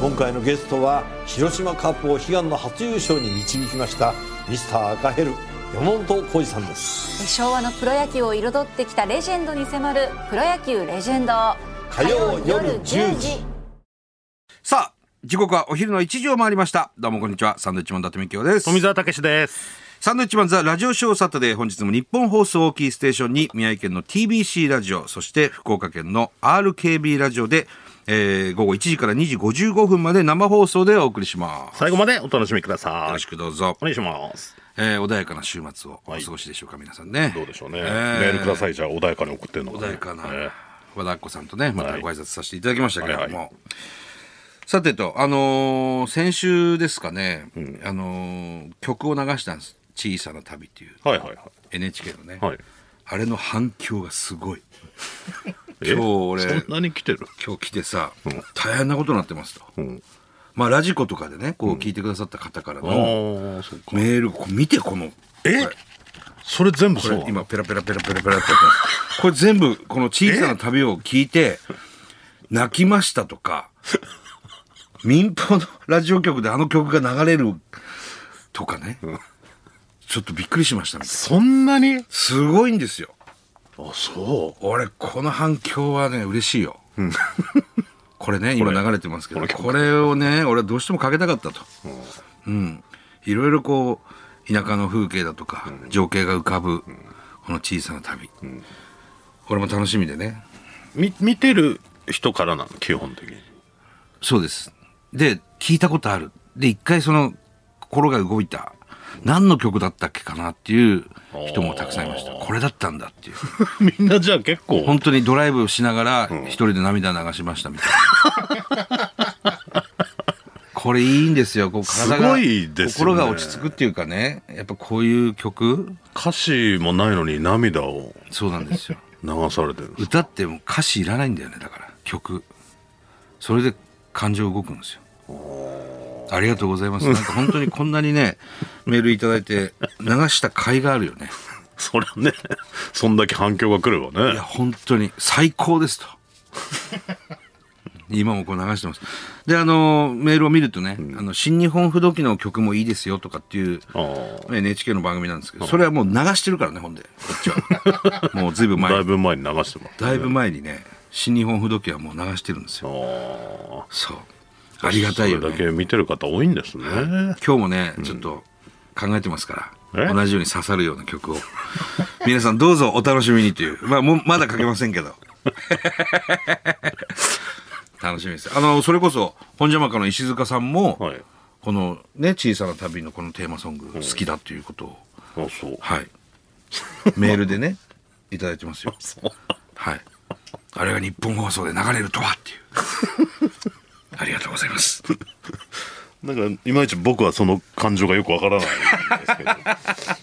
今回のゲストは広島カップを悲願の初優勝に導きましたミスター赤ヘル山本浩二さんです昭和のプロ野球を彩ってきたレジェンドに迫る「プロ野球レジェンド」火曜夜10時さあ時刻はお昼の1時を回りましたどうもこんにちはサンドウィッチマン伊達美京です富澤たけしですサンドウィッチマンザラジオショーサタデー本日も日本放送をキーステーションに宮城県の TBC ラジオそして福岡県の RKB ラジオで、えー午後1時から2時55分まで生放送でお送りします最後までお楽しみくださいよろしくどうぞお、願いしますえー穏やかな週末をお過ごしでしょうか、皆さんねどうでしょうね、えメールくださいじゃあ穏やかに送ってんのか、ね、穏やかなえ和田アッコさんとねまたはいご挨拶させていただきましたけれども、はいはさてとあのー先週ですかね、あのー曲を流したんです「小さな旅」っていうえはいはいは NHK のね、いはいあれの反響がすごい え今日俺そんなに来てる今日来てさ、大変なことになってますと、んまあラジコとかでねこう聞いてくださった方からあのあそうかメール、こう見てこのえこれそれ全部こそうれ今ペラペラペラペラペラってやってますこれ全部この小さな旅を聞いて泣きましたとか民放のラジオ局であの曲が流れるとかねちょっとびっくりしましたみたいなそんなにすごいんですよあそう俺この反響はね嬉しいよ、 これね今流れてますけどここれれをね俺はどうしてもかけたかったとうんいろいろこう田舎の風景だとか、情景が浮かぶ、この小さな旅、俺も楽しみでねみ見てる人からなの基本 的にそうですで聞いたことあるで一回その心が動いた何の曲だったっけかなっていう人もたくさんいましたこれだったんだっていうみんなじゃあ結構本当にドライブをしながら一人で涙流しましたみたいな。 これいいんですよ。こう体がすごいですよ心ねが落ち着くっていうかね。やっぱこういう曲歌詞もないのに涙をそうなんですよ。流されてる歌っても歌詞いらないんだよね。だから曲。それで感情動くんですよ。ありがとうございます。なんか本当にこんなにね、メールいただいて流した甲斐があるよね。それはねそんだけ反響が来ればいやね本当に最高ですと 今もこう流してますであのメールを見るとね「あの新日本不動機の曲もいいですよ」とかっていうああ NHK の番組なんですけどそれはもう流してるからねほん でこっちはもうずいぶん前だいにぶ前に流してもらだいぶ前にね新日本不動機はもう流してるんですよああそうありがたいよそれだねけ見てる方多いんですね今日もねちょっと考えてますからえ同じように刺さるような曲を 皆さんどうぞお楽しみにという、まあ、もうまだ書けませんけど 楽しみですあのそれこそ本邪魔家の石塚さんも、はいこのね小さな旅のこのテーマソング好きだということを、あそうはいメールでね いただいてますよはいあれが日本放送で流れるとはっていう ありがとうございますなんかいまいち僕はその感情がよくわからないんですけど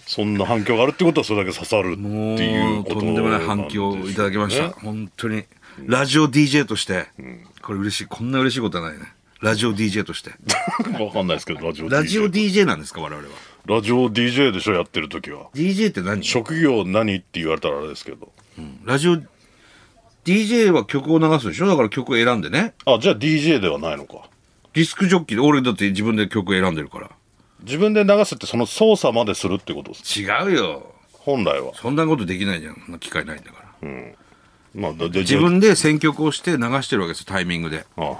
そんな反響があるってことはそれだけ刺さるってもいううこととんでもない反響をいただきました、本当にラジオ DJ として、これ嬉しいこんな嬉しいことはないねラジオ DJ としてた わかんないですけどラジオ DJ ラジオ DJ なんですか我々はラジオ DJ でしょやってる時は DJ って何、職業何って言われたらあれですけどうんラジオ DJ は曲を流すでしょだから曲を選んでねあじゃあ DJ ではないのかディスクジョッキーで俺だって自分で曲選んでるから自分で流すってその操作までするってことです違うよ本来はそんなことできないじゃんそんな機会ないんだから、まあだで自分で選曲をして流してるわけですよタイミングでだかああ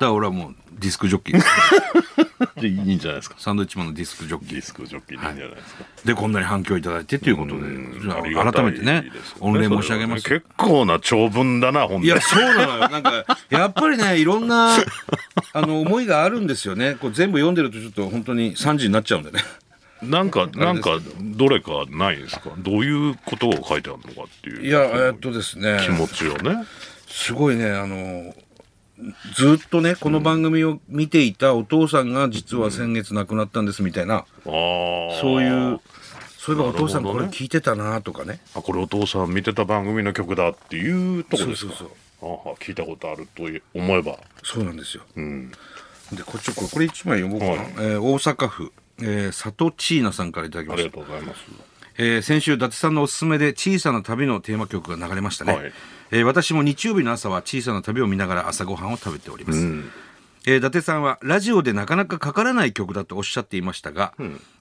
あら俺はもうディスクジョッキーです あでいいんじゃないですかサンドウィッチマンのディスクジョッキーディスクジョッキーでいいんじゃないですか、でこんなに反響いただいてということありで、がたい改めてねですよ御礼申し上げますそれはね結構な長文だな本当いやそうなのよなんか やっぱりねいろんなあの思いがあるんですよねこう全部読んでるとちょっと本当に3時になっちゃうんでねなんか、なんか、どれかないですかどういうことを書いてあるのかっていう。いやえっとですね気持ちをね。すごいねあのずっとねこの番組を見ていたお父さんが実は先月亡くなったんですみたいな、ああ。そういう。そういえばお父さんなるこほれどね聞いてたなとかねあ、これお父さん見てた番組の曲だっていうとこですかそうそうああ聞いたことあると思えば。そうなんですようん。でこっちこれこれ1枚読もうかな、はいえー大阪府、えー、佐藤チーナさんからいただきあまりしがたとうございます。えー先週伊達さんのおすすめで小さな旅のテーマ曲が流れましたね、はいえー私も日曜日の朝は小さな旅を見ながら朝ごはんを食べております、えー伊達さんはラジオでなかなかかからない曲だとおっしゃっていましたが、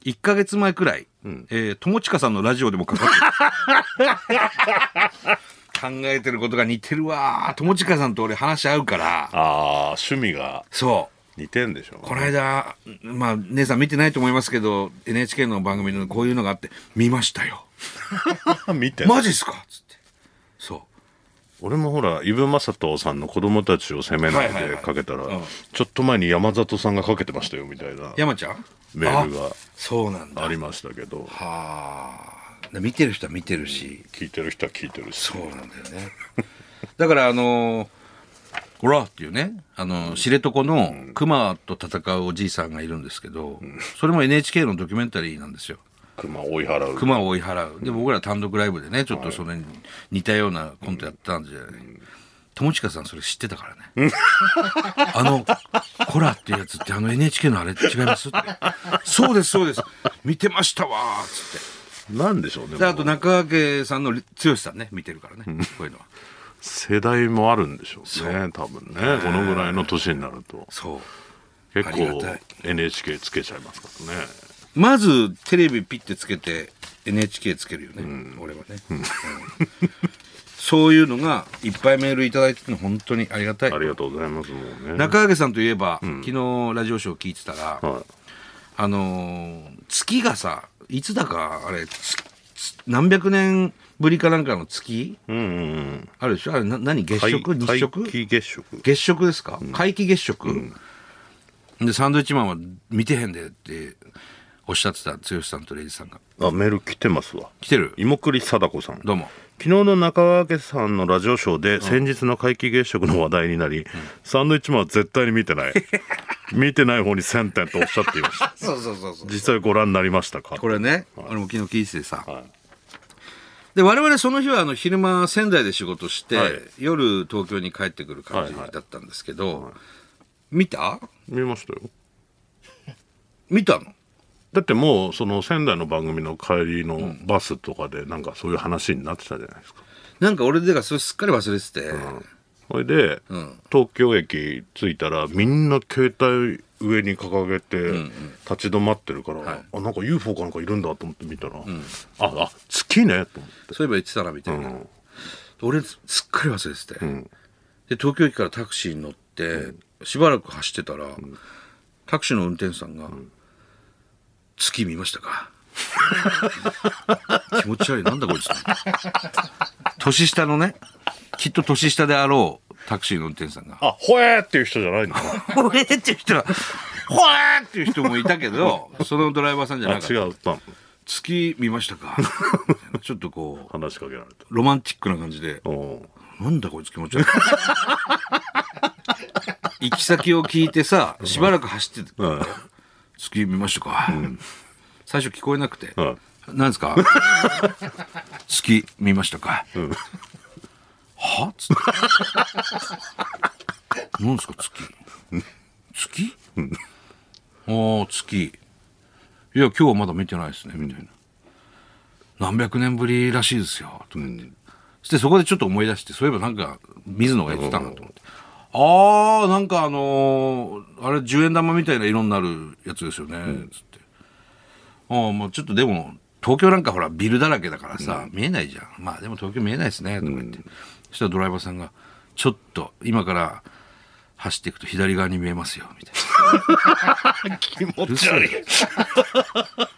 1ヶ月前くらい、えー友近さんのラジオでもかかって る考えてることが似てるわー友近さんと俺話合うからああ趣味がそう似てんでしょこの間、まあ、姉さん見てないと思いますけど、NHK の番組のこういうのがあって、見ましたよ。れ 見てマジっすかつって。そ俺もほらイブ・マサトさんの「子供たちを責めないで」かけたら、はいはいはいうんちょっと前に山里さんがかけてましたよみたいなう。山ちゃんメールがあそうなんだ。ありましたけどはあ。見てる人は見てるし。聞いてる人は聞いてるしそうなんだよね。だから、あのー、オラっていうね、あの、知床の熊と戦うおじいさんがいるんですけど、それも NHK のドキュメンタリーなんですよ。熊追い払う熊を追い払う。で、僕ら単独ライブでね、ちょっとそれに似たようなコントやったんじゃない、友近さんそれ知ってたからね。 あの、コラっていうやつってあの NHK のあれ違いますって。そうです、そうです。見てましたわーつって。なんでしょうねであともう中川家さんの剛さんね、見てるからね、こういうのは。世代もあるんでしょうね多分ねこのぐらいの年になるとそう。結あり構がたい NHK つけちゃいますからねまずテレビピッてつけて NHK つけるよね、俺はね、うんそういうのがいっぱいメールいただいてるの本当にありがたいありがとうございますもうね中揚さんといえば、昨日ラジオショー聞いてたら、はあのー月がさいつだかあれつつ何百年ぶりかなんかの月いうんうんうんあるでしょあれな何月食日食皆既月食月食ですか、皆既月食、でサンドウィッチマンは見てへんでっておっしゃってた剛さんとレイジさんがあメール来てますわ来てる芋栗貞子さんどうも昨日の中川家さんのラジオショーで先日の皆既月食の話題になり、サンドイッチマンは絶対に見てない 見てない方に1000点とおっしゃっていましたそうそうそうそう実際ご覧になりましたかこれね、俺も昨日聞いててさ、はいで我々その日はあの昼間仙台で仕事して、はい夜東京に帰ってくる感じだったんですけど、見た見ましたよ見たのだってもうその仙台の番組の帰りのバスとかでなんかそういう話になってたじゃないですか、なんか俺でがそれすっかり忘れてて、それで、ん東京駅着いたらみんな携帯上に掲げて立ち止まってるから、あなんか UFO かなんかいるんだと思って見たら、ああ月ねと思って。そういえば言ってたなみたいな、うん俺すっかり忘れてて、で東京駅からタクシーに乗って、しばらく走ってたら、タクシーの運転手さんが「月見ましたか? 」気持ち悪いなんだこいつ年下のねきっと年下であろうタクシーの運転手さんがあ、ほえーっていう人じゃないんだ。 「俺」っていう人は「ほえ!」っていう人もいたけどそのドライバーさんじゃあ、なかっ違たう、まあ「月見ましたか?みたいな」ちょっとこう話しかけられた。ロマンティックな感じでおうなんだこいつ気持ち悪い。行き先を聞いてさ、しばらく走ってて、うん。 月見ましたか、最初聞こえなくて、うんなんです か月見ましたか、はつって。なんですか月。月ああ、月。いや、今日はまだ見てないですね、みたいな。何百年ぶりらしいですよ、とか言って。そしてそこでちょっと思い出して、そういえばなんか、水野が言ってたなと思って。ああ、なんかあのーあれ、10円玉みたいな色になるやつですよね、つって。ああ、もうちょっとでも、東京なんかほら、ビルだらけだからさ、見えないじゃん。まあでも東京見えないですね、とか言って。そしたらドライバーさんが、ちょっと、今から走っていくと左側に見えますよ、 みたいな。気持ち悪い。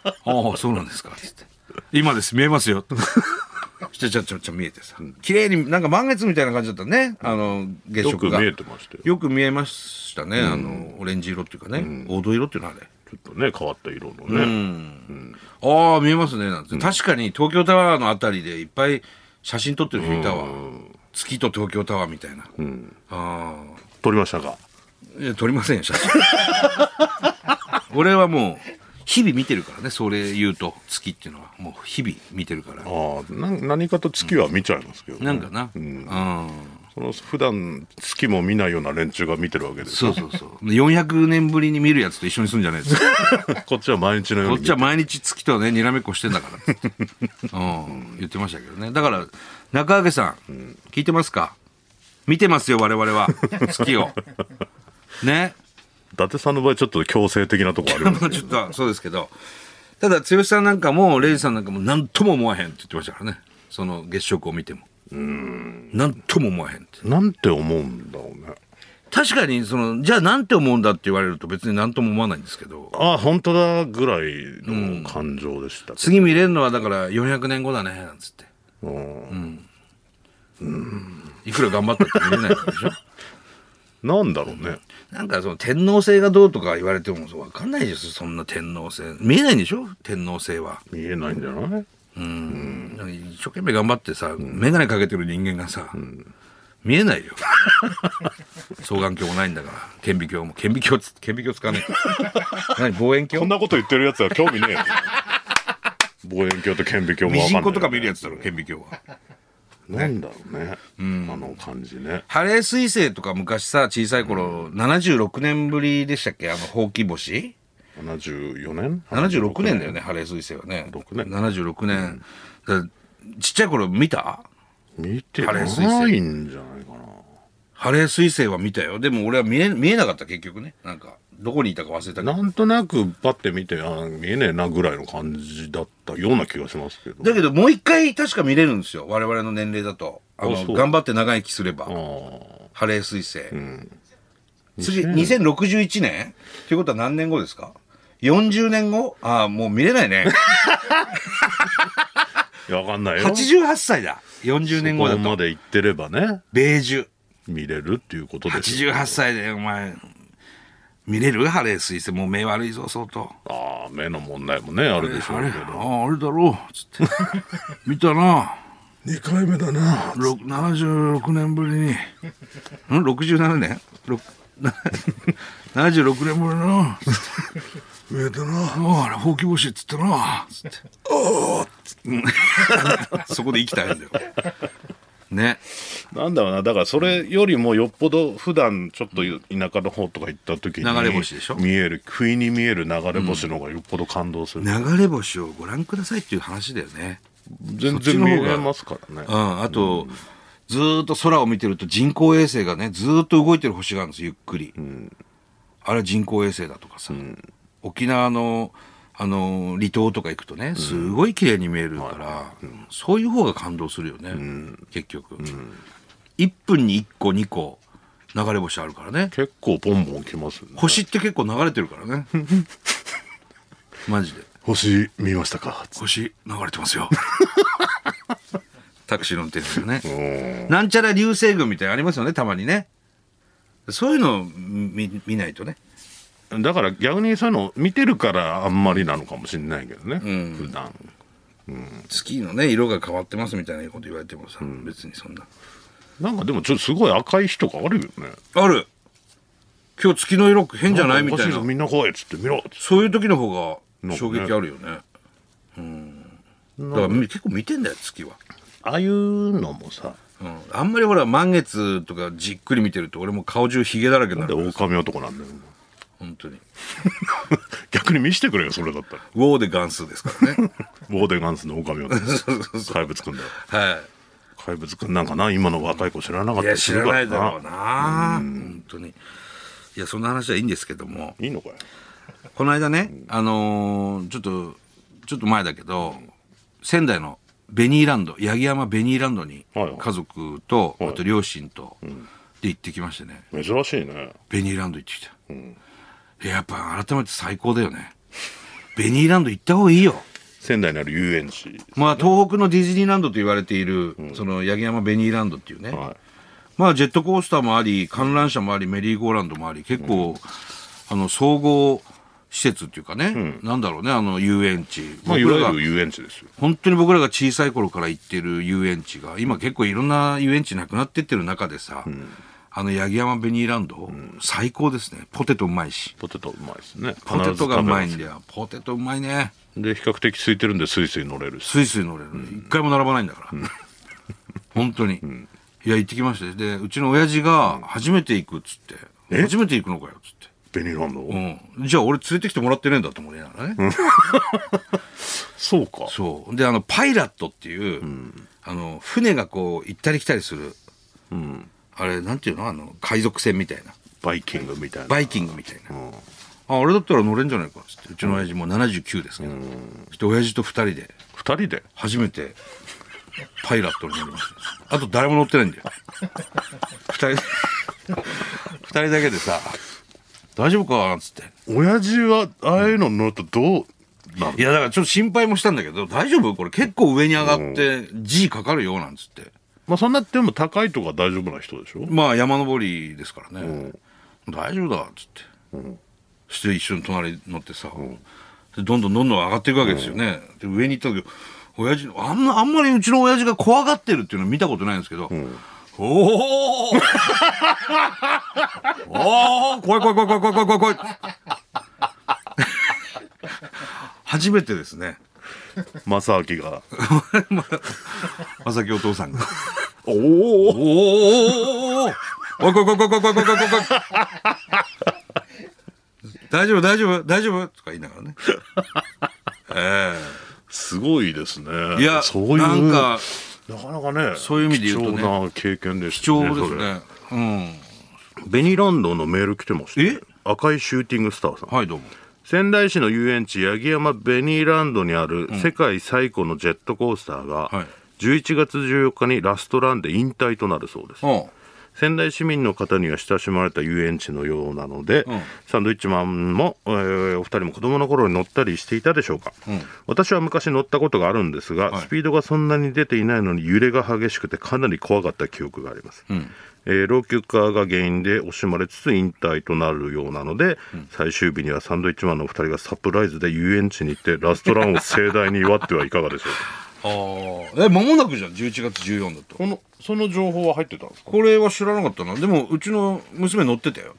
ああ、そうなんですか。つって。今です、見えます よ。ちゃちゃちゃちゃ見えてさ。綺麗に、なんか満月みたいな感じだったね。あの、月よく食が。見えてましたよ。よく見えましたね。あの、オレンジ色っていうかね。黄土色っていうのはあれ。ちょっとね、変わった色のね。ああ、見えますね。なんて。確かに東京タワーのあたりでいっぱい写真撮ってる人いたわ。月と東京タワーみたいな。ああ。撮りましたかいや、撮りませんよ、写 真。俺はもう、日々見てるからね、それ言うと、月っていうのは。もう日々見てるから。ああ、な何かと月は見ちゃいますけど、なんかな。うん。その普段月も見ないような連中が見てるわけですそうそうそう。400年ぶりに見るやつと一緒にすんじゃないですか。 こっちは毎日のようこにっちは毎日月とね、にらめっこしてんだからって。 うん。言ってましたけどね。だから、中揚さ ん、聞いてますか見てますよ、我々は。月を。ね。達さんの場合ちょっと強制的なとこありますまあちょっとそうですけどただ剛さんなんかもレイジさんなんかも何とも思わへんって言ってましたからねその月食を見てもうん何とも思わへんってなんて思うんだろうね確かにそのじゃあ何て思うんだって言われると別に何とも思わないんですけどああ本当だぐらいの感情でしたけど、次見れるのはだから400年後だねなんつってうんいくら頑張ったって見れないわけでしょなんだろうねなんかその天皇制がどうとか言われても分かんないですそんな天皇制見えないんでしょ天皇制は見えないんじゃないうんなんか一生懸命頑張ってさ、眼鏡かけてる人間がさ、見えないよ。 双眼鏡もないんだから、顕微鏡も、顕微鏡つ、顕微鏡使わないから。何、望遠こん鏡なこと言ってるやつは興味 ねえよ望遠鏡と顕微鏡もミわかんジないンコとか見るやつだろ、顕微鏡は。なんだろうね、あの感じねハレー彗星とか昔さ、小さい頃、76年ぶりでしたっけあの、ほうき星74年 ?76 年だよね、ハレー彗星はね。六年76年。だからちっちゃい頃見た見てあれないん水じゃ星ないかなハレー彗星は見たよ。でも俺は見え、見えなかった、結局ね。なんか、どこにいたか忘れたけど。なんとなくパッて見てあー見えねえなぐらいの感じだったような気がしますけどだけどもう一回確か見れるんですよ我々の年齢だとああそのう頑張って長生きすれば、あーハレー彗星、次2061年っていうことは何年後ですか40年後ああもう見れないねいやわかんないよ88歳だ40年後だそこまとで行ってればねベージュ見れるっていうことですよ88歳でお前見れるハレー彗星もう目悪いぞ相当ああ目の問題もねあるでしょあうれけあどああれだろうつって 見たな2回目だなろく76年ぶりに、ん ?67 年 ろく ?76 年ぶりの、上だなああれ、ほうき星っつってな、つって。うん そこで生きたいんだよ。ね。なんだろうなだからそれよりもよっぽど普段ちょっと田舎の方とか行った時に流れ星でしょ見える不意に見える流れ星の方がよっぽど感動する、流れ星をご覧くださいっていう話だよね。全そっち然の見方がえますからねうん、あと、ずーっと空を見てると人工衛星がね、ずーっと動いてる星があるんですよ、ゆっくり。あれは人工衛星だとかさ、沖縄の、あの、離島とか行くとね、すごい綺麗に見えるから、うんそういう方が感動するよね、結局。1分に1個、2個、流れ星あるからね。結構ボンボン来ますね星って結構流れてるから ね。マジで。星見ましたか星流れてます よ。タクシーの運転手がね。なんちゃら流星群みたいなのありますよね、たまにね。そういうのを見見ないとね。だから逆にそういうの見てるからあんまりなのかもしれないけどね、普段月のね、色が変わってますみたいなこと言われてもさ、別にそんな。なんかでもちょっとすごい赤い日とかあるよねある今日月の色変じゃないみたいおかしぞな。みんな来いっつって見ろっつっそういう時の方が衝撃あるよね。うん。だからみ結構見てんだよ、月は。てああいうのもさうん。あんまりほら、満月とかじっくり見てると、俺も顔中ヒゲだらけになでるからさ。狼男なんだよ本当に。逆に見してくれよそれだったらウォーで元数ですからね。ボーデガンスの狼男 そうそうそう怪物くんだよは怪物くんなんかな今の若い子知らなかい。いったや、りす知るらかないだろうな。本当に。いや、そんな話はいいんですけども、いいのかよこの間ね、あのーちょっと、ちょっと前だけど、仙台のベニーランド、八木山ベニーランドにはいはい家族と、はいあと両親と、で行ってきましてね、珍しいねベニーランド行ってきた。いややっぱ改めて最高だよね。ベニーランド行った方がいいよ。仙台にある遊園地まあ、東北のディズニーランドと言われている、その八木山ベニーランドっていうね、はまあ、ジェットコースターもあり、観覧車もあり、メリーゴーランドもあり、結構、あの、総合施設っていうかね、なんだろうね、あの、遊園地。い、まあ、い僕らわがゆる遊園地ですよ本当に僕らが小さい頃から行ってる遊園地が、今結構いろんな遊園地なくなってってる中でさ、あの、八木山ベニーランド、最高ですね。ポテトうまいし。ポテトうまいですねポテトがうまいん必ず食べだよ。ポテトうまいね。ますで比較的空いてるんでスイスイ乗れるしスイスイ乗れる、一回も並ばないんだから、本当に、いや行ってきましたよでうちの親父が初めて行くっつって、え初めて行くのかよっつっベニーランド、て、うん、じゃあ俺連れてきてもらってねえんだと思いながらね、そうかそうであのパイラットっていう、あの船がこう行ったり来たりする、あれなんていうのあの海賊船みたいなバイキングみたいなバイキングみたいな。あ、俺だったら乗れんじゃないかっつって。うちの親父もう79ですけど。そして親父と二人で二人で初めてパイロットになりました。あと誰も乗ってないんだよ。二人、二人だけでさ、大丈夫かっつって。親父はああいうの乗るとどうなるいや、だからちょっと心配もしたんだけど、大丈夫これ結構上に上がって G かかるよ、なんつって。まあそんなでも高いとこは大丈夫な人でしょまあ山登りですからね、大丈夫だっつって、そして一緒に隣に乗ってさ、でどんどんどんどん上がっていくわけですよね、で上に行った時親父あんなあんまりうちの親父が怖がってるっていうの見たことないんですけど、おおおお怖い怖い怖い怖い怖い怖い怖い怖い 初めてですね正明がまさきお父さんがおおおーおーおーおーおーおーおいおいおいおいおいおいおいおい大丈夫大丈夫大丈夫とか言いながらね。えすごいですねえいやそういうなんかなかなかねそういう意味で言うとね貴重な経験でし貴たね重ですそれね。うんベニランドのメール来てましたねえ赤いシューティングスターさんはいどうも。仙台市の遊園地八木山ベニーランドにある世界最古のジェットコースターがはい11月14日にラストランで引退となるそうですお仙台市民の方には親しまれた遊園地のようなので、んサンドイッチマンも、えーお二人も子供の頃に乗ったりしていたでしょうか、私は昔乗ったことがあるんですが、はいスピードがそんなに出ていないのに揺れが激しくてかなり怖かった記憶があります、えー老朽化が原因で惜しまれつつ引退となるようなので、最終日にはサンドイッチマンのお二人がサプライズで遊園地に行ってラストランを盛大に祝ってはいかがでしょうかあーえ間もなくじゃん11月14だと。このその情報は入ってたんですかこれは知らなかったな。でもうちの娘乗ってたよ。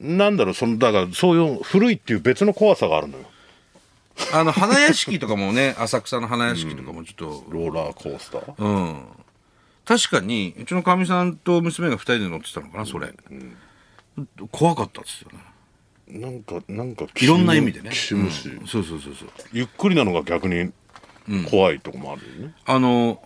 なんだろうそのだからそういう古いっていう別の怖さがあるのよあの花屋敷とかもね浅草の花屋敷とかもちょっとローラーコースターうん。確かに、うちのかみさんと娘が二人で乗ってたのかな、それ。怖かったですよね。なんかなんかいろんな意味でね。きしむし、うんそうそうそうそう。ゆっくりなのが逆に怖いとこもあるよね、あの、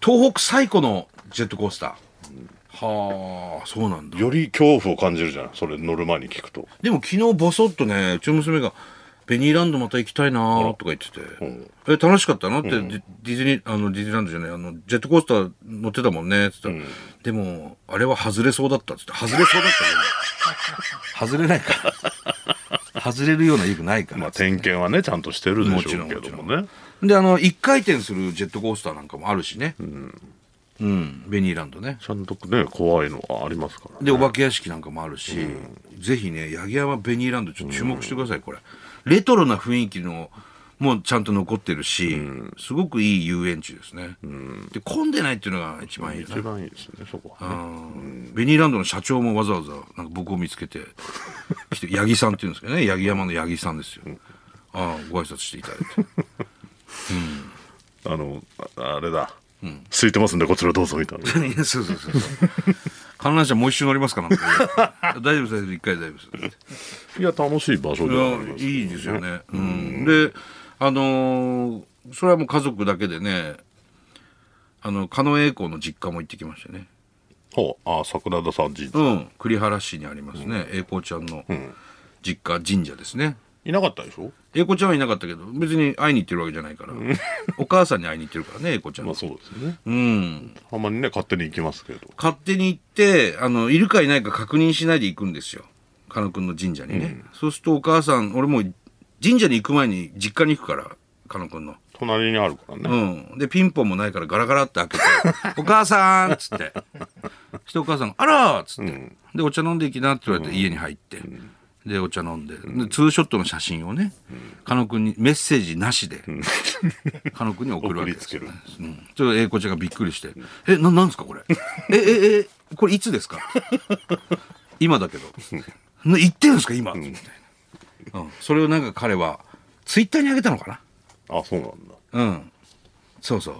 東北最古のジェットコースター。はあ、そうなんだ。より恐怖を感じるじゃんそれ乗る前に聞くとでも昨日ボソッとね、うちの娘が、ベニーランドまた行きたいなーとか言ってて、え、楽しかったのって、ディディズニー、あの、ディズニーランドじゃない、あの、ジェットコースター乗ってたもんね、つったら、でも、あれは外れそうだった、つって、外れそうだったね。 外れないから。 外れるような意味ないから。まあ点検はねちゃんとしてるでしょうけどももちろんねで、あの、一回転するジェットコースターなんかもあるしね。うん。ベニーランドね。ちゃんとね怖いのはありますから、ね、で、お化け屋敷なんかもあるし、ぜひね、八木山ベニーランド、ちょっと注目してください、これ。レトロな雰囲気の、もうちゃんと残ってるし、すごくいい遊園地ですね。で、混んでないっていうのが一番いいよ一ね。番いいですねそこはうねんベニーランドの社長もわざわざなんか僕を見つ けて来て八木さんって言うんですけどね八木山の八木さんですよ、ああご挨拶していただいてあのああれだ、空いてますんでこちらどうぞみたいない やそうそうそうそう。観覧車もう一周乗りますかなんて大丈夫です、大丈夫、一回で大丈夫でいや楽しい場所ではありますす。いや、いいですよね。うん、で、あのーそれはもう家族だけでね、あの、狩野英孝の実家も行ってきましたね。ほうあ桜田さん神社うん、栗原市にありますね、英孝ちゃんの実家、神社ですね。いなかったでしょ英孝ちゃんはいなかったけど、別に会いに行ってるわけじゃないから、お母さんに会いに行ってるからね、英孝ちゃん。まあそうですねうん。たまにね勝手に行きますけど勝手に行って、あの、いるかいないか確認しないで行くんですよ。かのくんの神社にね。そうするとお母さん、俺もう神社に行く前に実家に行くから、かのくんの。隣にあるからね、うん。で、ピンポンもないからガラガラって開け て、お母さんっつって。そしてお母さんが、あらーっつって、で、お茶飲んでいきなって言われて家に入って。で、お茶飲んで。で、ツーショットの写真をね、かのくんにメッセージなしで、 かのくんに送るわけですよ、ね。送うん。それで、英子ちゃんがびっくりして、え、な、なんですかこれ。え、え、え、これいつです か今だけど。な言ってるんですか今、みたいな。うん。それをなんか彼は、ツイッターに上げたのかあそうなんだなうん。そうそう。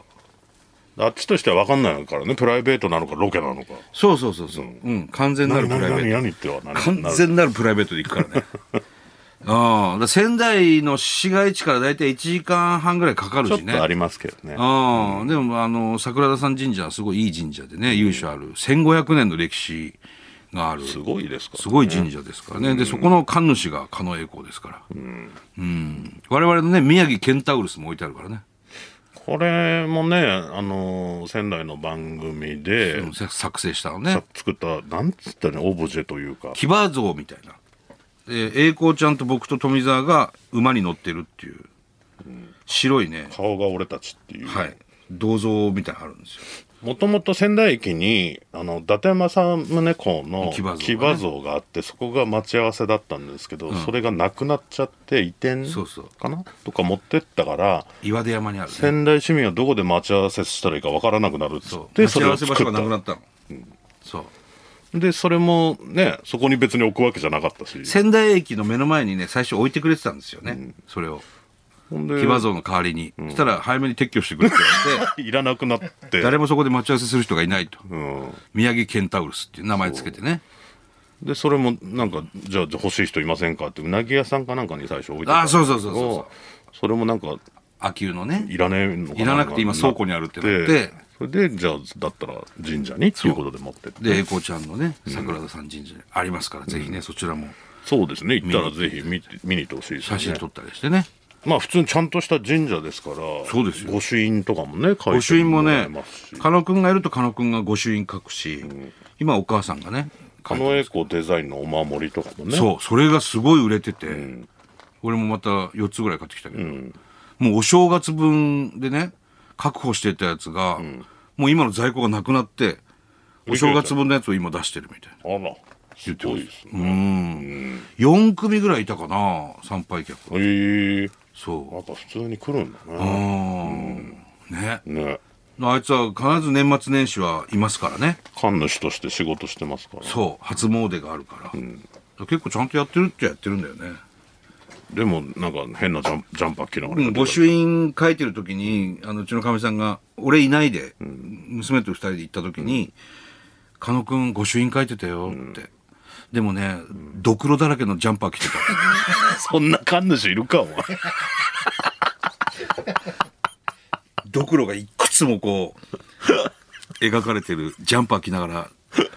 あっちとしては分かんないからねプライベートなのかロケなのかそうそうそうそう、うん、完全なるプライベ何ー何ってはなトる完全なるプライベートで行くからね ああだから仙台の市街地から大体1時間半ぐらいかかるちょっしねとありますけどねああでもあの桜田山神社はすごいいい神社でね由緒ある1500年の歴史があるすごいですかすごい神社ですからね、でそこの神主が狩野英孝ですから、うん我々のね宮城ケンタウルスも置いてあるからね、これもねあの仙台の番組で、うんさ作成したのさね作ったなんつったらねオブジェというか騎馬像みたいなで栄光ちゃんと僕と富澤が馬に乗ってるっていう白いね、顔が俺たちっていう、はい、銅像みたいなのあるんですよもともと仙台駅にあの伊達政宗公の騎騎馬像が馬,、ね像があってそこが待ち合わせだったんですけど、それがなくなっちゃって移転そうそうかなとか持ってったから岩出山にある、ね、仙台市民はどこで待ち合わせしたらいいかわからなくなるっつそっうて待そちれ合わをせ作場所ったがなくなったの、そうでそれもねそこに別に置くわけじゃなかったし仙台駅の目の前にね最初置いてくれてたんですよね、それをほん騎で馬像の代わりに、そしたら早めに撤去してくれって言われていらなくなって誰もそこで待ち合わせする人がいないと、うん、宮城ケンタウルスっていう名前つけてねでそれもなんかじゃあ欲しい人いませんかってうなぎ屋さんかなんかに最初置いてあそうそうそうそうそうそれもなんか秋保のねいらねえのかいらなくて今倉庫にあるってなってそれでじゃあだったら神社にっていうことで持ってってで栄光ちゃんのね桜田山神社にありますから、ぜひねそちらもそうですね行ったらぜひ見て見に行ってほしいですね写真撮ったりしてねまあ普通にちゃんとした神社ですからそうですよ御朱印とかもね書い御朱て印もらねえますし狩野くんがいると狩野くんが御朱印書くし、今お母さんがね狩野英孝デザインのお守りとかもねそうそれがすごい売れてて、俺もまた4つぐらい買ってきたけど、もうお正月分でね確保してたやつが、もう今の在庫がなくなってお正月分のやつを今出してるみたいなあらすごいですね4組ぐらいいたかな参拝客へえそなんか普通に来るんだううねんねねあいつは必ず年末年始はいますからね神主として仕事してますからそう初詣があるから、結構ちゃんとやってるっちゃやってるんだよねでもなんか変なジャンジャンパー着ながらうやんって御た朱印書いてる時にあのうちのかみさんが俺いないで、娘と二人で行った時に「狩野くん御朱印書いてたよ」って、でもね、ドクロだらけのジャンパー着てたそんな神主いるかお前 ドクロがいくつもこう 描かれてるジャンパー着ながら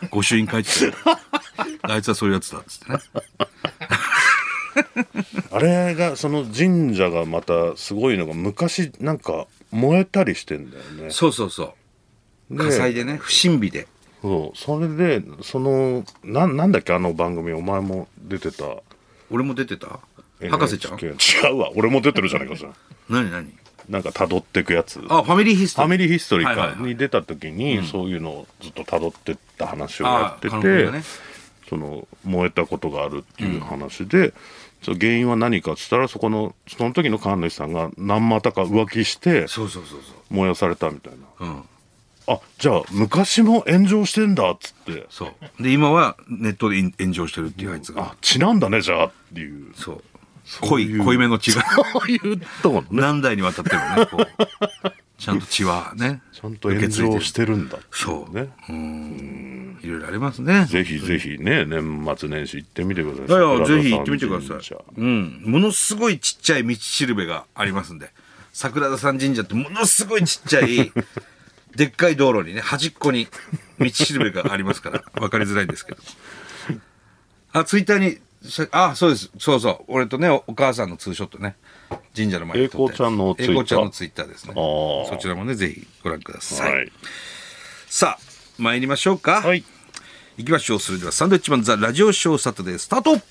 御朱印書い てたあいつはそういうやつだっつってねあれがその神社がまたすごいのが昔なんか燃えたりしてんだよねそうそうそうね火災でね不審火でそうそれでそのななんだっけあの番組お前も出てた俺も出てた博士ちゃん NHK 違うわ俺も出てるじゃな いかじゃん何何なんか辿ってくやつフあファミリーヒストァリーミリーヒストリーはいはいかはいに出た時にそういうのをずっと辿ってった話をやあって狩野くてんがねその燃えたことがあるっていう話で、その原因は何かっつったらそこのその時の神主さんが何股か浮気してそうそうそうそ燃やされたみたいなううんあじゃあ昔も炎上してんだっつってそう。で、今はネットで炎上してるっていうあいつが。あ血なんだねじゃあっていうそう。濃そういいう濃いめの血が。そういうとこね 何代にわたってもね、こう。ちゃんと血はね。。ちゃんと炎上しててるんだっていそう。ねうん。いろいろありますね。ぜひぜひね年末年始行ってみてくだいさいやいや、ぜ桜田ひ山行ってみてくださ神社い。うん。ものすごいちっちゃい道しるべがありますんで。桜田山神社ってものすごいちっちゃい、 でっかい道路にね、端っこに道しるべがありますから、わかりづらいんですけど。あ、ツイッターに、しあ、そうです。そうそう。俺とね、おお母さんのツーショットね。神社の前で撮ったやつ栄光ちゃんのツイッタ栄光ちゃんのツイッターーですね。あーそちらもね、ぜひご覧ください。はいさあ、参りましょうか。はい行きましょう。それでは、サンドウィッチマンザラジオショーサタデースタート